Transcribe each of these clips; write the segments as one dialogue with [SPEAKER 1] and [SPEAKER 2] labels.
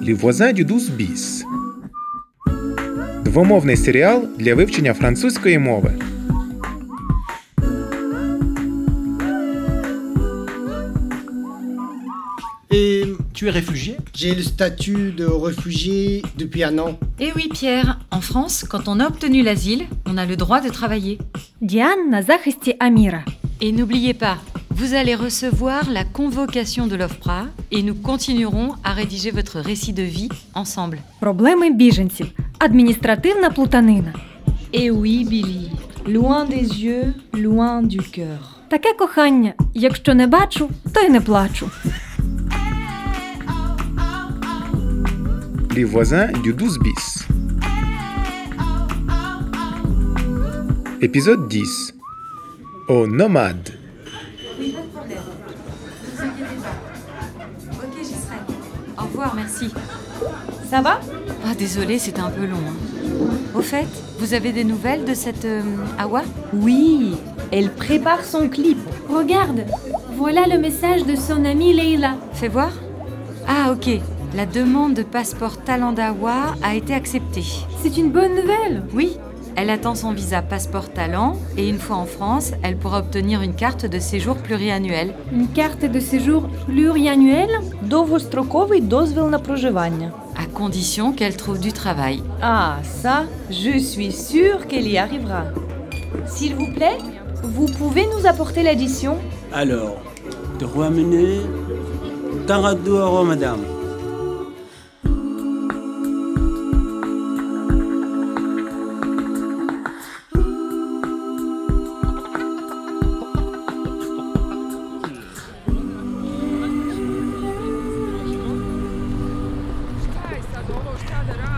[SPEAKER 1] Les voisins du 12 bis. Двомовний серіал для вивчення французької мови.
[SPEAKER 2] Et tu es réfugié
[SPEAKER 3] J'ai le statut de réfugié depuis un an.
[SPEAKER 4] Eh oui, Pierre, en France, quand on a obtenu l'asile, on a le droit de travailler.
[SPEAKER 5] Діан на захисті Аміра.
[SPEAKER 4] Et n'oubliez pas, vous allez recevoir la convocation de l'OFPRA et nous continuerons à rédiger votre récit de vie ensemble.
[SPEAKER 5] Проблеми біженців. Адміністративна плутанина.
[SPEAKER 6] Et Eh oui, Billy, loin des yeux, loin du cœur.
[SPEAKER 5] Таке кохання. Якщо не бачу, то й не плачу.
[SPEAKER 1] Les voisins du 12 bis. Épisode 10. Aux nomades.
[SPEAKER 4] Oui, pas de problème. Ne vous inquiétez pas. Ok, j'y serai. Au revoir, merci.
[SPEAKER 6] Ça va
[SPEAKER 4] Ah, désolé, c'était un peu long. hein. Au fait, vous avez des nouvelles de cette euh, Awa
[SPEAKER 6] Oui, elle prépare son clip.
[SPEAKER 5] Regarde, voilà le message de son amie Лейла.
[SPEAKER 4] Fais voir Ah, ok. La demande de passeport talent d'Awa a été acceptée.
[SPEAKER 5] C'est une bonne nouvelle.
[SPEAKER 4] Oui, elle attend son visa passeport talent et une fois en France, elle pourra obtenir une carte de séjour pluriannuelle.
[SPEAKER 5] Une carte de séjour pluriannuelle
[SPEAKER 6] Довгостроковий дозвіл на проживання.
[SPEAKER 4] À condition qu'elle trouve du travail.
[SPEAKER 6] Ah, ça, je suis sûre qu'elle y arrivera. S'il vous plaît, vous pouvez nous apporter l'addition
[SPEAKER 7] Alors, trois minutes. Tangadou euro, madame.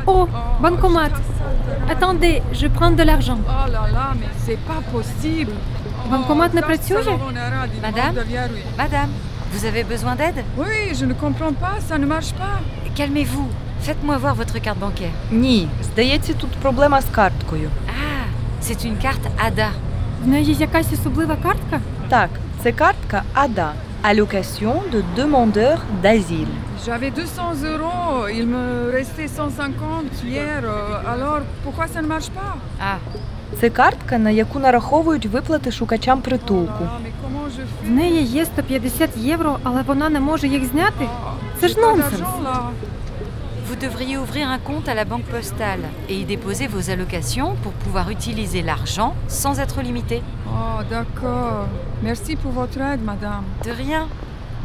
[SPEAKER 5] О, банкомат. Attendez, je prends de l'argent.
[SPEAKER 8] Oh là là, mais c'est pas possible.
[SPEAKER 5] Bancomat ne
[SPEAKER 8] ta
[SPEAKER 5] pracuje?
[SPEAKER 8] salonara di
[SPEAKER 4] Madame?
[SPEAKER 8] Moldaviaru.
[SPEAKER 4] Madame, vous avez besoin d'aide
[SPEAKER 8] Oui, je ne comprends pas, ça ne marche pas.
[SPEAKER 4] Calmez-vous. Faites-moi voir votre carte bancaire.
[SPEAKER 6] Ні, здається, тут проблема з карткою.
[SPEAKER 4] Ah, c'est une carte ADA.
[SPEAKER 5] В неї якась особлива картка?
[SPEAKER 6] Так, це картка АДА Allocation de demandeur d'asile.
[SPEAKER 8] J'avais 200 euros, il me restait 150 hier, euh, alors pourquoi ça ne marche pas
[SPEAKER 4] Ah,
[SPEAKER 6] Це картка, на яку нараховують виплати шукачам
[SPEAKER 8] Oh là
[SPEAKER 6] притулку.
[SPEAKER 8] là, mais comment je fais
[SPEAKER 5] В неї є 150 євро, але вона не може їх зняти.
[SPEAKER 8] Oh,
[SPEAKER 5] C'est
[SPEAKER 8] j'ai pas
[SPEAKER 5] nonsense.
[SPEAKER 8] d'argent, là.
[SPEAKER 4] vous devriez ouvrir un compte à la banque postale et y déposer vos allocations pour pouvoir utiliser l'argent sans être limité.
[SPEAKER 8] Oh, d'accord. Merci pour votre aide, madame.
[SPEAKER 4] De rien.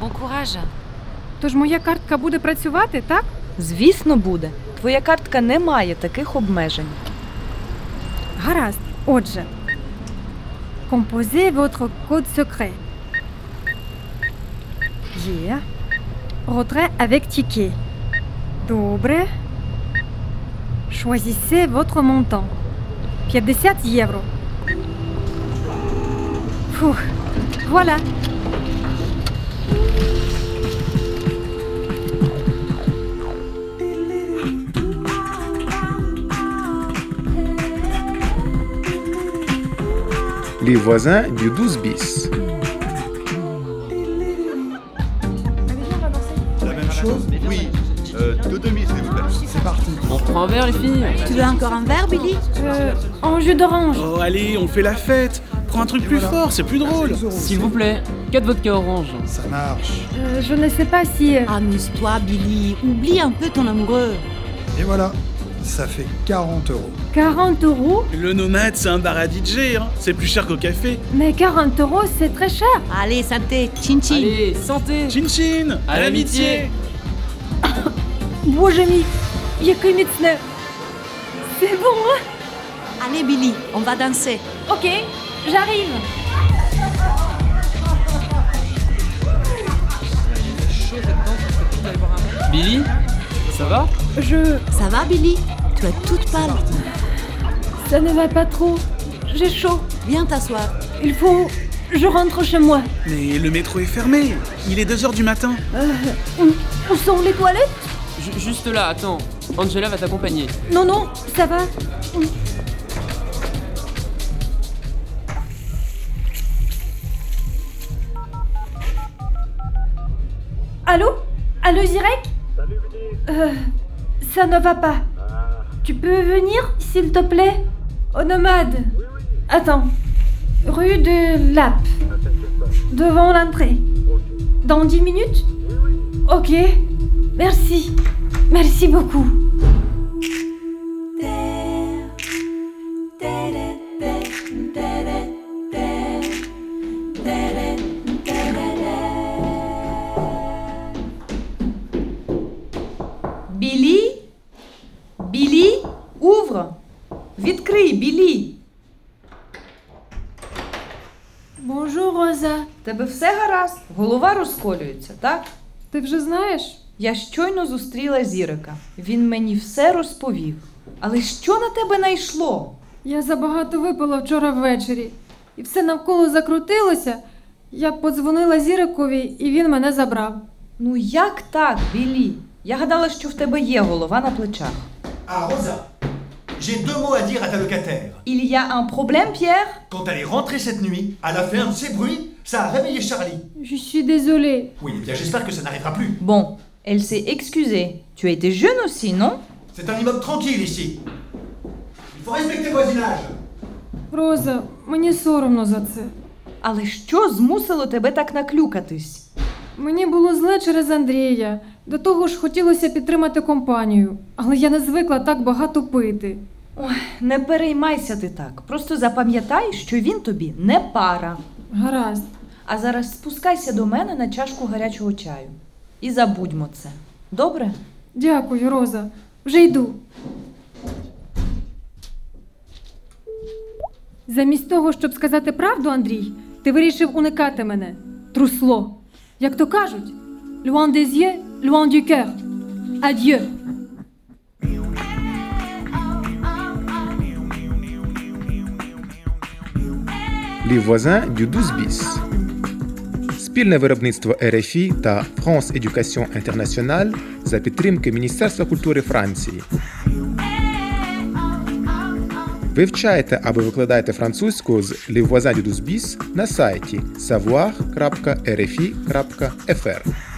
[SPEAKER 4] Bon courage.
[SPEAKER 5] Тож моя картка буде працювати, так?
[SPEAKER 6] Звісно, буде. Твоя картка не має таких обмежень.
[SPEAKER 5] Гаразд. Отже. Composez votre code secret. Є. Retrait avec ticket. Добре. Choisissez votre montant. 50 євро. Фух. Voilà.
[SPEAKER 1] Les voisins du 12 bis.
[SPEAKER 9] La même chose Oui. Euh, deux demi, s'il vous plaît. C'est parti.
[SPEAKER 6] Tu veux encore un verre, Білі?
[SPEAKER 5] Euh, en jus d'orange.
[SPEAKER 10] Oh, allez, on fait la fête Prends un truc plus fort, c'est plus drôle
[SPEAKER 9] S'il vous plaît, 4 vodka orange. Ça marche.
[SPEAKER 5] Euh, je ne sais pas si... euh,
[SPEAKER 6] Amuse-toi, Білі. Oublie un peu ton amoureux.
[SPEAKER 9] Et voilà, ça fait 40 euros.
[SPEAKER 5] 40 euros
[SPEAKER 10] Le nomade, c'est un bar à DJ, hein. c'est plus cher qu'au café.
[SPEAKER 5] Mais 40 euros, c'est très cher.
[SPEAKER 6] Allez, santé, chin-chin.
[SPEAKER 10] Chin chin À l'amitié
[SPEAKER 5] Боже мій, яке міцне. Це bon. hein.
[SPEAKER 6] Allez, Білі, on va danser.
[SPEAKER 5] Окей, j'arrive.
[SPEAKER 10] Billy Ça va
[SPEAKER 5] Je...
[SPEAKER 6] Ça va, Білі? Tu es toute pâle.
[SPEAKER 5] Ça ne va pas trop. J'ai chaud.
[SPEAKER 6] Viens t'asseoir.
[SPEAKER 5] Il faut... Je rentre chez moi.
[SPEAKER 10] Mais le métro est fermé Il est 2h du matin
[SPEAKER 5] Euh, Où sont les toilettes
[SPEAKER 9] Juste là, attends. Angela va t'accompagner.
[SPEAKER 5] Non, non, ça va. Allô Allô, Zirek Euh, ça ne va pas. Tu peux venir, s'il te plaît Au nomade. Attends. Rue de Lap. Devant l'entrée. Dans 10 minutes Ok. Merci. Merci beaucoup.
[SPEAKER 6] Billy Billy Ouvre Відкрий, Білі!
[SPEAKER 5] Bonjour Rosa.
[SPEAKER 6] Тебе все гаразд? Голова розколюється, так?
[SPEAKER 5] Ти вже знаєш?
[SPEAKER 6] Я щойно зустріла Зірика. Він мені все розповів. Але що на тебе найшло?
[SPEAKER 5] Я забагато випила вчора ввечері, і все навколо закрутилося. Я подзвонила Зірикові, і він мене забрав.
[SPEAKER 6] Ну як так, Білі? Я гадала, що в тебе є голова на плечах.
[SPEAKER 9] Ah, Rosa, j'ai deux mots à dire à ta locataire.
[SPEAKER 6] Il y a un problème, Pierre
[SPEAKER 9] Quand elle est rentrée cette nuit, elle a fait un de ces bruits, ça a réveillé Charlie.
[SPEAKER 5] Je suis désolée.
[SPEAKER 9] Oui, eh bien j'espère que ça n'arrivera plus.
[SPEAKER 6] Bon, elle s'est excusée. Tu as été jeune aussi, non
[SPEAKER 9] C'est un immeuble tranquille ici. Il faut respecter le voisinage.
[SPEAKER 5] Роза, мені соромно за це.
[SPEAKER 6] Але що змусило тебе так наклюкатись?
[SPEAKER 5] Мені було зле через Андрія. До того ж хотілося підтримати компанію, але я не звикла так багато пити.
[SPEAKER 6] Не переймайся ти так. Просто запам'ятай, що він тобі не пара.
[SPEAKER 5] Гаразд.
[SPEAKER 6] А зараз спускайся до мене на чашку гарячого чаю. І забудьмо це. Добре?
[SPEAKER 5] Дякую, Роза. Вже йду. Замість того, щоб сказати правду, Андрій, ти вирішив уникати мене. Трусло. Як то кажуть, loin des yeux, loin du cœur. Adieu.
[SPEAKER 1] Les voisins du 12 bis. Спільне виробництво РФІ та France Education International за підтримки Міністерства культури Франції. Вивчайте або викладайте французьку з Les voisins du 12 bis на сайті savoir.rfi.fr.